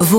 Vous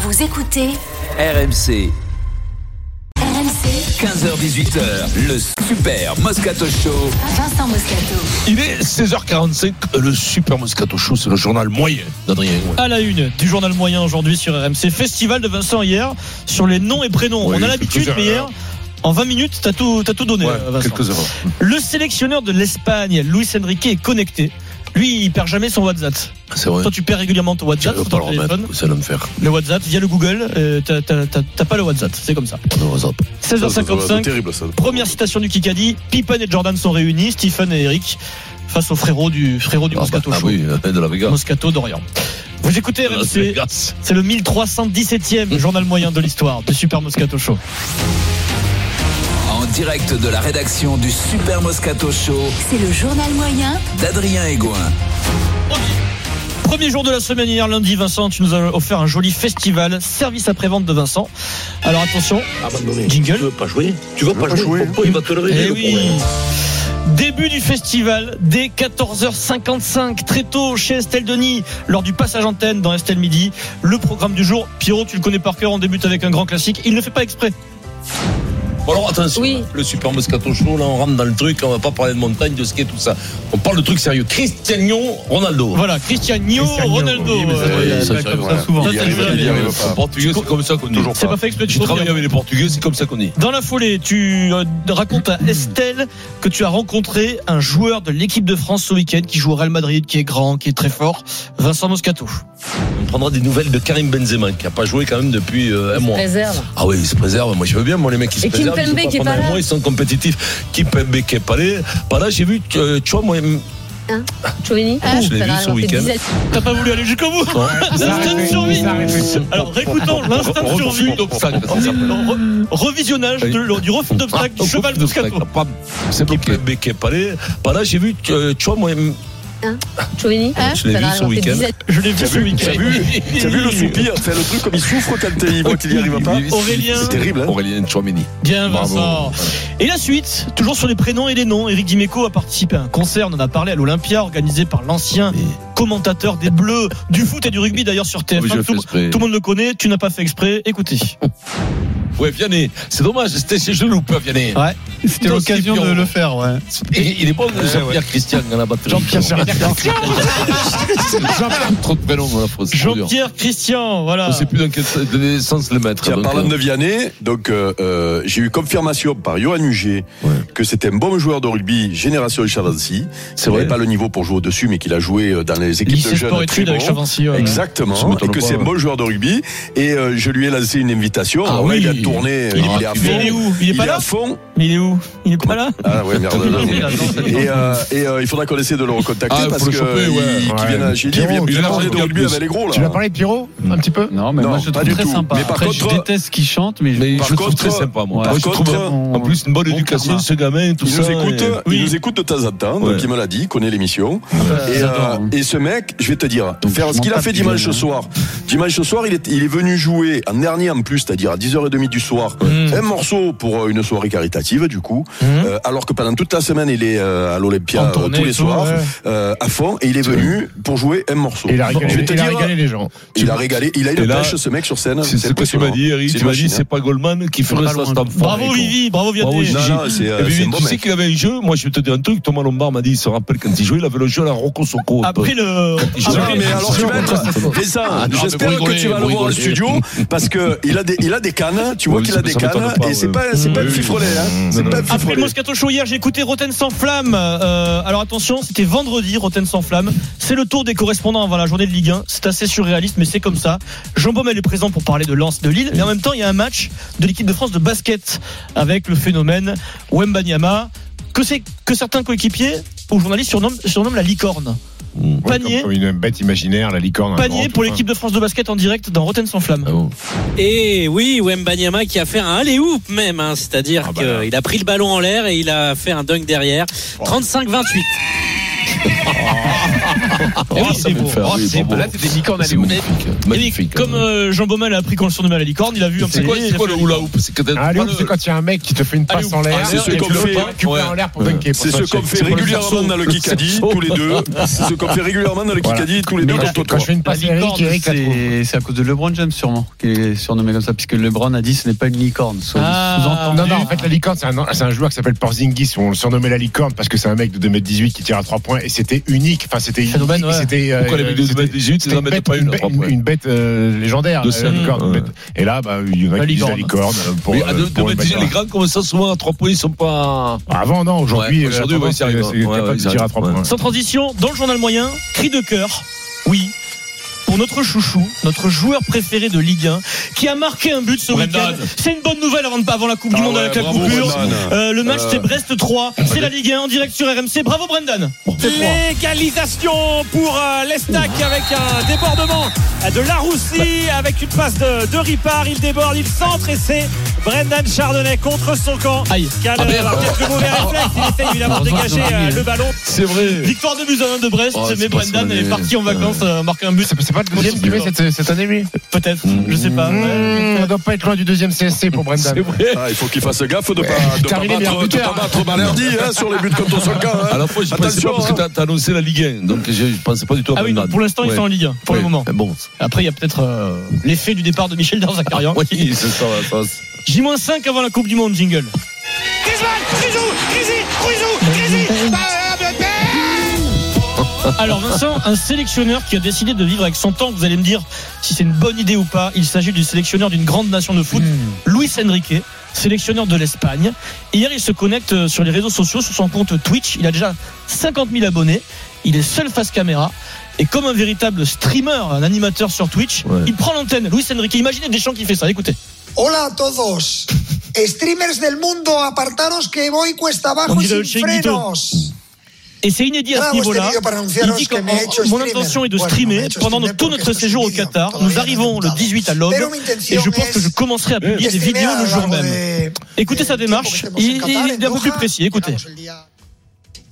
Vous écoutez RMC, RMC 15h-18h, le Super Moscato Show. Vincent Moscato. Il est 16h45, le Super Moscato Show, c'est le journal moyen d'Adrien. Gouin. à la une du journal moyen aujourd'hui sur RMC. Festival de Vincent hier sur les noms et prénoms. Oui, On a l'habitude, quelques mais hier. erreurs. En 20 minutes, t'as tout, t'as tout donné, euh, euh, Ouais, Vincent. Euh, quelques erreurs. Le sélectionneur de l'Espagne, Luis Enrique, est connecté. Lui, il perd jamais son WhatsApp. Hmm, C'est vrai. Toi, tu perds régulièrement ton Je WhatsApp vais sur pas le ton remettre, téléphone. c'est l'enfer. Le WhatsApp via le Google, euh, t'as- t'as t'as- t'as pas le WhatsApp. C'est comme ça. Le WhatsApp. Ça, ça, ça, C'est 16h55, terrible ça. Ah première citation du Kikadi. Pippen et Jordan sont réunis, Stephen et Eric, face au frérot du, frérot du Ah, bah, Moscato ah Show. oui, Ah, la peine de la Vega. Moscato d'Orient. Vous écoutez Las RMC. Vegas. C'est le Mmh. 1317e journal moyen de l'histoire de Super Moscato Show. En direct de la rédaction du Super Moscato Show C'est le journal moyen d'Adrien Egoin. Premier jour de la semaine hier, lundi, Vincent, tu nous as offert un joli festival, service après-vente de Vincent. Alors attention, Tu jingle. veux pas jouer Tu veux pas, pas jouer, jouer. Pourquoi il va te le régler Eh le oui problème Début du festival dès 14h55, très tôt chez Estelle Denis, lors du passage antenne dans Estelle Midi. Le programme du jour, Pierrot, tu le connais par cœur, on débute avec un grand classique. Il ne fait pas exprès. Bon, alors attention, le Super Moscato Show, là, on rentre dans le truc, on va pas parler de montagne, de ski et tout ça. On parle de trucs sérieux. Cristiano Ronaldo. Voilà, Cristiano Ronaldo. oui, Euh, ça, comme c'est ça, vrai. souvent. Il y Ça, arrive, c'est il y vrai. arrive En pas. portugais, c'est comme ça qu'on dit. C'est pas fait exprès, tu J'ai te travaillé avec les portugais, c'est comme ça qu'on dit. Dans la foulée, tu euh, racontes à Estelle que tu as rencontré un joueur de l'équipe de France ce week-end qui joue au Real Madrid, qui est grand, qui est très fort, Vincent Moscato. On prendra des nouvelles de Karim Benzema, qui a pas joué quand même depuis euh, un mois. Réserve. Ah oui, ils se préservent. Moi, je veux bien. Moi, les mecs, ils se Et préservent. Kimpembe ils sont qui est pendant pas un là. mois, ils sont compétitifs. Kimpembe qui est pas là. Pas là, j'ai vu, tu, euh, tu vois, moi, Chouini Ah, je l'ai vu ce week-end. T'as pas voulu aller jusqu'au bout L'instant de survie Alors réécoutons l'instant de survie. Refus d'obstacle, ça s'appelle. Re- Revisionnage de- du refus d'obstacle du cheval Moscato. Pam. C'est Kimpembe qui est pas là. Pas là, j'ai vu, tu, euh, tu vois, moi, Chouini Ah, je l'ai vu ce week-end. Je l'ai vu ce T'as week-end. vu, t'as vu le soupir, c'est le truc comme il souffre quand il voit qu'il y arrive pas. Aurélien. C'est terrible, hein. Aurélien Chouameni. Bien Bravo. Vincent. Et la suite, toujours sur les prénoms et les noms, Eric Dimeco a participé à un concert, on en a parlé à l'Olympia, organisé par l'ancien commentateur des Bleus du foot et du rugby d'ailleurs sur Mais je TF1. le fais Tout, exprès. tout le monde le connaît, tu n'as pas fait exprès, écoutez. Ouais, Vianney. C'est dommage, c'était chez Gelou, pas Vianney. Ah. Ouais, c'était l'occasion de le faire, ouais. Et il est bon, Eh Jean-Pierre Christian, à la batterie. Jean-Pierre Christian. Jean-Pierre, trop de prénoms dans la France. c'est dur. Jean-Pierre Christian, voilà. On sait plus dans quel de sens le mettre. Tiens, donc, parlant euh, de Vianney, donc euh, euh, j'ai eu confirmation par Johan Huget Ouais. que c'était un bon joueur de rugby génération Chavancy. C'est C'est vrai. vrai, pas le niveau pour jouer au-dessus, mais qu'il a joué euh, dans les équipes Lycée de jeunes. Sport très Études avec bon. Chavancy. ouais. Ça Exactement, m'étonne et que pas, c'est un ouais. bon joueur de rugby. Et euh, je lui ai lancé une invitation. Ah Alors là, oui. hein, il a tourné, Il il, est est à parti. Mais il est fond. où Il est pas là à fond. Mais il est où Il est pas là Ah ouais, merde. Il est non, non. là, non, c'est Et, euh, et euh, il faudra qu'on essaie de le recontacter Ah, faut parce le que choper, il, ouais. qu'il Ouais. vienne à Gilles, il vient Pierrot, plus tu parler l'as de rugby parlé avec les gros là. Tu vas parler de Pierrot un petit peu Non, mais Non, moi je pas trouve du très tout. sympa. Mais par Après, contre- je déteste qu'il chante, mais, Mais je je Par le trouve contre, très sympa, moi. par Je contre, trouve- on- en plus, une bonne on éducation, karma. ce gamin, tout Il ça. nous, écoute, hein. et- il oui. nous écoute de temps en temps, donc Ouais. il me l'a dit, il connaît l'émission. Et, euh, j'adore, hein. et ce mec, je vais te dire, Donc, faire je ce qu'il a m'en fait tape, dimanche Julien, hein. soir. Dimanche soir, il est, il est venu jouer en dernier en plus, c'est-à-dire à 10h30 du soir, Mm. un morceau pour euh, une soirée caritative du coup, Mm. euh, alors que pendant toute la semaine, il est euh, à l'Olympia En euh, tournée tous et les tout, soirs, ouais. euh, à fond, et il est venu pour jouer un morceau. Et il a Bon, je vais régalé, te il a dire, régalé les gens. il a régalé, il a Et une là, pêche ce mec sur scène. C'est ce que tu m'as impressionnant. dit, Eric. C'est Tu une m'as dit, machine, c'est pas Goldman qui ferait Pas ça loin. cet enfant. Bravo Eric. Vivi, bravo Bravo, Vianney. Gigi. Non, non, c'est, euh, Et puis, c'est un bon tu sais mec. qu'il avait un jeu. Moi, je vais te dire un truc. Thomas Lombard m'a dit, il se rappelle quand il jouait, il avait le jeu à la Rocco Socco. Après le. Il Ah, Non, joue. après- mais alors tu vas être- Vincent, Ah, non, j'espère mais vous que tu vas rigolez, vous le voir au rigolez. studio parce que il a des, il a des cannes, tu vois Oui, qu'il ça- a des ça cannes m'étonne pas, et c'est ouais. pas, c'est pas Oui, le oui. fifrelet, hein. C'est Non, non. pas le Après le fifrelet. Moscato Show hier, j'ai écouté Roten sans flamme. Euh, alors attention, c'était vendredi, Roten sans flamme. C'est le tour des correspondants avant la journée de Ligue 1. C'est assez surréaliste, mais c'est comme ça. Jean Baumel est présent pour parler de Lens de Lille. Mais en même temps, il y a un match de l'équipe de France de basket avec le phénomène Wembanyama, que, c'est, que certains coéquipiers ou journalistes surnomment, surnomment la licorne. Panier. Mm. Comme une bête imaginaire, la licorne. un Panier grand, pour tout ça. l'équipe de France de basket en direct dans Rotten sans flamme. Ah bon. Et oui, Wembanyama qui a fait un aller-oop même, hein, c'est-à-dire Ah bah là. qu'il a pris le ballon en l'air et il a fait un dunk derrière. 35-28. Eh ah, oui, c'est peut beau. faire, Oh, oui, c'est bravo. beau. Là, c'est des licornes C'est allées magnifique. Eh oui, magnifique. hein. comme euh, Jean Baumel a appris qu'on le surnommait la licorne, il a vu un c'est peu quoi, les- c'est quoi le hula hoop C'est quand- Ah, allez, pas ouf, le- c'est quand il y a un mec qui te fait une passe Allez, en ah, l'air. c'est ce et qu'on tu le fait, prends, tu ouais. prends en l'air pour dunker. C'est Pour ce toi, qu'on fait c'est pour le régulièrement garçon. dans le Kikadi, tous les deux. C'est ce qu'on fait régulièrement dans le Voilà. Kikadi, tous les Mais deux quand- contre Quand toi. je fais une La passe à Eric, licorne, Eric la trouve. c'est- c'est à cause de LeBron James sûrement qui est surnommé comme ça, puisque LeBron a dit ce n'est pas une licorne. Sous- Ah. sous-entendu. Non, non, en fait, la licorne, c'est un, c'est un joueur qui s'appelle Porzingis. On le surnommait la licorne parce que c'est un mec de 2m18 qui tire à 3 points et c'était unique. Enfin, c'était unique. Phénomène, ouais. C'était, euh, Pourquoi les mecs de c'était- 2018, ils c'était en une mettent bête- pas une, une bête- à trois points une bête euh, légendaire. De euh, scène. licorne, une Ouais. bête. Et là, bah, il y en a La qui disent la licorne. licorne. euh, pour, Mais ah, euh, à deux- pour deux une mètres, déjà, bête- Ah, les grands, comme ça, souvent, à trois points, ils sont pas. Avant, non, aujourd'hui, Ouais, euh, aujourd'hui, la ouais, ils y tendance, arrivent, c'est- c'est ouais, capable ouais, de ils y tirer à arrivent, 3 ouais. points. Sans transition, dans le journal moyen, cri de cœur. Oui. Pour notre chouchou, notre joueur préféré de Ligue 1, qui a marqué un but ce week-end. Brendan. C'est une bonne nouvelle avant, de, avant la Coupe du Ah Monde ouais, avec la bravo, coupure. Brendan. Euh, le match, Euh, c'est Brest 3. C'est la Ligue 1 en direct sur RMC. Bravo, Brendan. C'est 3. L'égalisation pour euh, Lestac avec un débordement de Laroussi avec une passe de, de Ripard. Il déborde, il centre et c'est Brendan Chardonnay contre son camp. Aïe. Qui a le- Ah, merde. quelques mauvais réflexes. Il essaye évidemment de Heureusement dégager qu'on a euh, mis, le ballon. C'est vrai. Victoire de Musanin de Brest. Oh, c'est mais pas ça, Brendan mais- est parti en vacances, euh, marquer un but. C'est c'est pas le deuxième qu'il met cette, cette année, lui Peut-être. Je sais pas. Mmh, On doit pas être loin du deuxième CSC pour Brendan. C'est vrai. Ah, il faut qu'il fasse gaffe de pas, de pas Terminé, meilleur battre, de buteur. pas battre Balerdi hein, sur les buts contre Osaka. Hein. À la fois, je pensais Attention, pas parce que hein. t'as- t'as annoncé la Ligue 1. Donc, je je pensais pas du tout à Ah oui, Brendan. donc pour l'instant, ils Ouais. sont en Ligue 1, pour le Ouais. moment. Mais Bon. Après, il y a peut-être euh, l'effet du départ de Michel Darzacarian. Oui, c'est ça, ça, ça. J-5 avant la Coupe du Monde, jingle. Alors Vincent, un sélectionneur qui a décidé de vivre avec son temps, vous allez me dire si c'est une bonne idée ou pas. Il s'agit du sélectionneur d'une grande nation de foot, Luis Enrique, sélectionneur de l'Espagne. Hier, il se connecte euh, sur les réseaux sociaux, sur son compte Twitch. Il a déjà 50 000 abonnés. Il est seul face caméra. Et comme un véritable streamer, un animateur sur Twitch, Ouais. il prend l'antenne. Luis Enrique, imaginez Deschamps qui fait ça, écoutez. Hola a todos. Streamers del mundo, apartaros que voy cuesta abajo y Mira el sin chiquito. frenos. Et c'est inédit à ce Grabo este niveau-là. vídeo para Il anunciaros dit que que me he hecho mon streamer. intention est de Bueno, streamer me he hecho pendant streamer tout porque notre esto es un séjour au vídeo, Qatar. todavía Nous no arrivons le montado. 18 à l'aube Pero mi et intención je pense que je es commencerai à publier des streamer vidéos a le Este lo jour largo même. de- Écoutez del sa tiempo que démarche, estemos en il, Qatar, il- il en est un peu plus Doha, précis, écoutez. esperamos el día.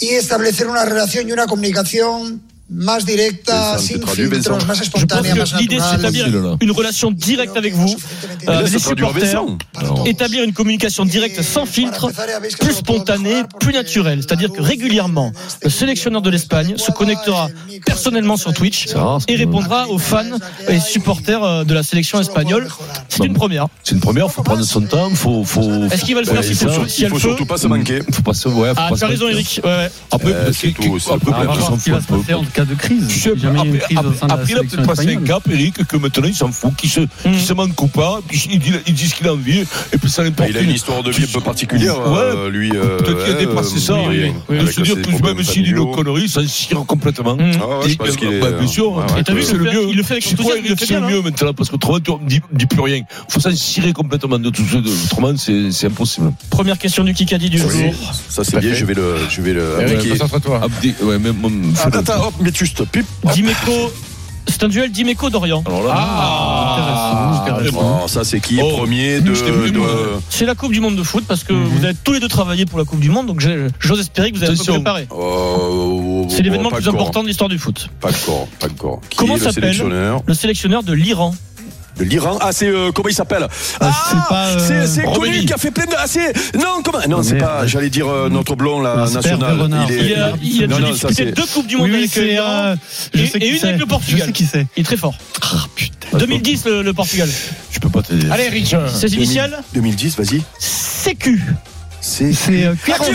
Y establecer una relación y una comunicación más directa, Vincent, sin te traduis, filtros, Vincent. más Je pense espontánea, más que l'idée c'est natural. d'établir Oh là là. une relation directe avec vous, Suficientemente euh, Là, directa. ça les traduit en supporters, Vincent. Para todos. établir une communication directe sans filtre, plus spontanée, plus naturelle. C'est-à-dire que régulièrement, le sélectionneur de l'Espagne se connectera personnellement sur Twitch et répondra aux fans et supporters euh, de la sélection espagnole. C'est une première. C'est une première, faut prendre son temps, faut. faut... Est-ce qu'il va le faire Ouais, s'il ça, faut, il s'il y Bah, Il a le faut feu surtout pas se manquer. Faut pas se. Ouais, faut Ah, pas tu se as raison, mentir. Eric. Ouais, ouais. Après, Euh, parce c'est que- tout, c'est après, tout. On va après, voir s'en ce qui Ah, va fout se un peu. passer en cas de crise. Je Si sais pas, jamais il y a une après, crise au sein de après, il la a sélection peut-être passé un espagnole. cap, Eric, que maintenant il s'en fout, qu'il se, Hmm. qu'il se manque ou pas, puis il dit, il dit ce qu'il a envie, et puis ça Ah, l'importe. Il a une histoire de vie un peu particulière, Ouais. euh, lui. euh, Peut-être qu'il a hein, dépassé euh, ça, oui, hein, oui, Ah, de avec se dire ses que problèmes même s'il dit familiaux. une connerie, ça s'en tire complètement. Hum. Ah ouais, je Et, pense euh, qu'il est. ah bah, bien sûr. ouais, ouais, Et hein. t'as que- vu, c'est le mieux. mieux. Il le fait avec C'est quoi enthousiasme, il le Eric, fait c'est bien. le hein. mieux maintenant, parce qu'autrement, tu ne dis, dis plus rien. faut s'en cirer complètement de tout ça, de- autrement, c'est c'est impossible. Première question du Kikadi du Ça, c'est- jour. Ça, c'est bien, je vais le. Je vais Eh le Eric, appliquer. concentre-toi. Abdé, ouais, même, même- Ah, fais-le. attends, hop, mais tu te pip. Dimeco, c'est un duel Dimeco-Dorian. Alors là, Ah, Oh, ça, c'est qui Oh, Premier je de. t'ai vu, de- moi. C'est la Coupe du Monde de foot parce que vous avez tous les deux travaillé pour la Coupe du Monde, donc j'ai- j'ose espérer que vous avez un peu Attention. préparé. Oh, C'est l'événement pas le plus encore, important de l'histoire du foot. Pas encore, pas encore. Qui Comment est le s'appelle sélectionneur Le sélectionneur de l'Iran. De l'Iran. Ah, c'est. euh, comment il s'appelle Ah, Ah, c'est pas, euh, c'est- c'est Romélie. connu qui a fait plein de. Ah, c'est. Non, comment Non, c'est Merde. pas. J'allais dire euh, notre blond, Ah, là, Lanceper, national. Renard. Il a, il a Non, déjà non, ça, disputé c'est. deux Coupes du Monde Oui, oui, avec c'est. l'Iran. euh, je Et- sais et qui une avec c'est. le Portugal. Je sais qui c'est. Il est très fort. Ah, putain. 2010 le, le Portugal. Je peux pas te dire. Allez Rich. Ses initiales 2010, vas-y. CQ. C'est. C'est euh, Ah, Carlos.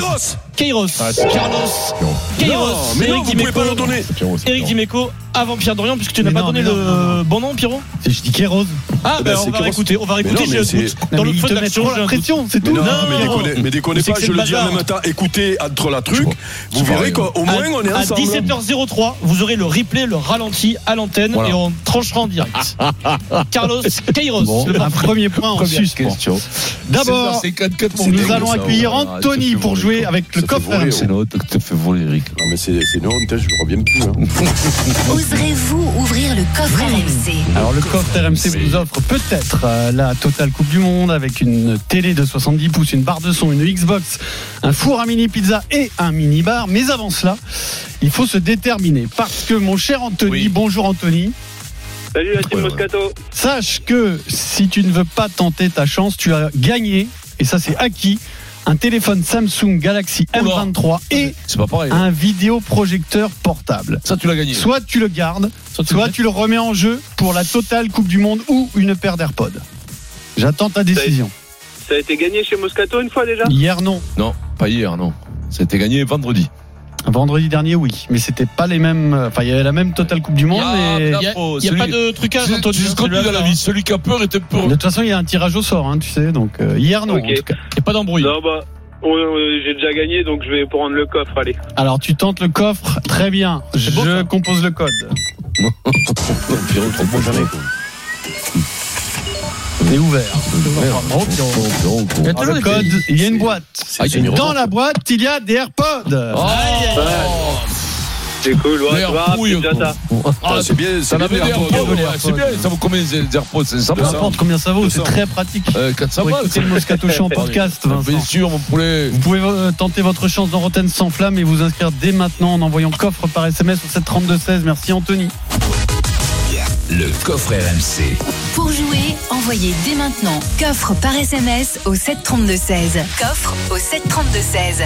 Keiros. Ah, c'est- Carlos. Pierrot. Keiros. Non, mais non, Eric vous pouvez Dimeco. pas le donner. C'est Pierrot, c'est Eric Pierrot. Dimeco avant Pierre Dorian, puisque tu n'as Mais pas non, donné mais non, le non, bon nom, Pierrot Je dis Kéros. Ah, Eh ben, ben on c'est va Kéros. réécouter, on va Mais réécouter, non, j'ai mais un c'est- doute. Dans le il feu te met d'action, trop j'ai la un doute. pression, c'est Mais tout. non, Non, mais non. déconnez, mais déconnez C'est pas, que je c'est le le dis en bazar. même temps. Écoutez entre la truc, vous C'est pas verrez rien. qu'au moins on est à, à ensemble. hein. 17h03, vous aurez le replay, le ralenti à l'antenne Voilà. et on tranchera en direct. Carlos Queiroz, Bon, le un premier point en suspens. D'abord, 16h54, mon nous gars. allons accueillir Anthony pour jouer avec le coffre voler, RMC. Non, mais c'est c'est une honte, hein, je reviens plus. hein. Oserez-vous ouvrir le coffre RMC Alors le coffre RMC vous offre peut-être euh, la totale Coupe du Monde avec une télé de 70 pouces, une barre de son, une Xbox, un four à mini pizza et un mini bar. Mais avant cela, il faut se déterminer parce que mon cher Anthony, Oui. bonjour Anthony, Salut la team Ouais, ouais. Moscato. sache que si tu ne veux pas tenter ta chance, tu as gagné et ça c'est acquis un téléphone Samsung Galaxy Oula. M23 et C'est pas pareil. hein. un vidéoprojecteur portable. Ça, tu l'as gagné. Soit tu le gardes, Soit tu le soit jettes. tu le remets en jeu pour la totale Coupe du Monde ou une paire d'AirPods. J'attends ta décision. Ça a été gagné chez Moscato une fois déjà Hier, non. Non, pas hier, non. Ça a été gagné vendredi. Vendredi dernier, oui. Mais c'était pas les mêmes. euh, Enfin, il y avait la même totale Coupe du Monde. Ah, mais... Il n'y a, il y a Celui- pas de trucage, C'est- Anthony. c'est ce qu'on dit dans la vie. Celui qui a peur était De peur. toute façon, il y a un tirage au sort, hein, tu sais. Donc, euh, hier, non. Ok. en tout cas. Il n'y a pas d'embrouille. Non bah ouais, ouais, j'ai déjà gagné donc je vais prendre le coffre allez. Alors, tu tentes le coffre. Très bien. Je beau, ça. compose le code. Ah, Pierrot, trop bon, jamais. Il est ouvert. Bravo, Pierrot. Oh, Il y a toujours Le des code, codes. il y a une boîte. Ah, il s'est Et mis dans revente. la boîte, il y a des AirPods. Oh. Ah, C'est cool, ouais, Merde, grave, couille, c'est déjà quoi. ça. Ah, Ah, c'est bien, Ça c'est m'a bien. mis bien, des AirPods, Antoine. ouais, C'est bien, ça vous combien les AirPods C'est Peu 100 importe combien ça vaut, c'est 200. très pratique. Euh, 400 Pour balles. écouter le Moscato Show en podcast, Vincent. Bien sûr, mon poulet. Vous pouvez euh, tenter votre chance dans Rotten sans flamme et vous inscrire dès maintenant en envoyant coffre par SMS au 732-16. Merci Anthony. Le coffre RMC. Pour jouer, envoyez dès maintenant coffre par SMS au 732-16. Coffre au 732-16.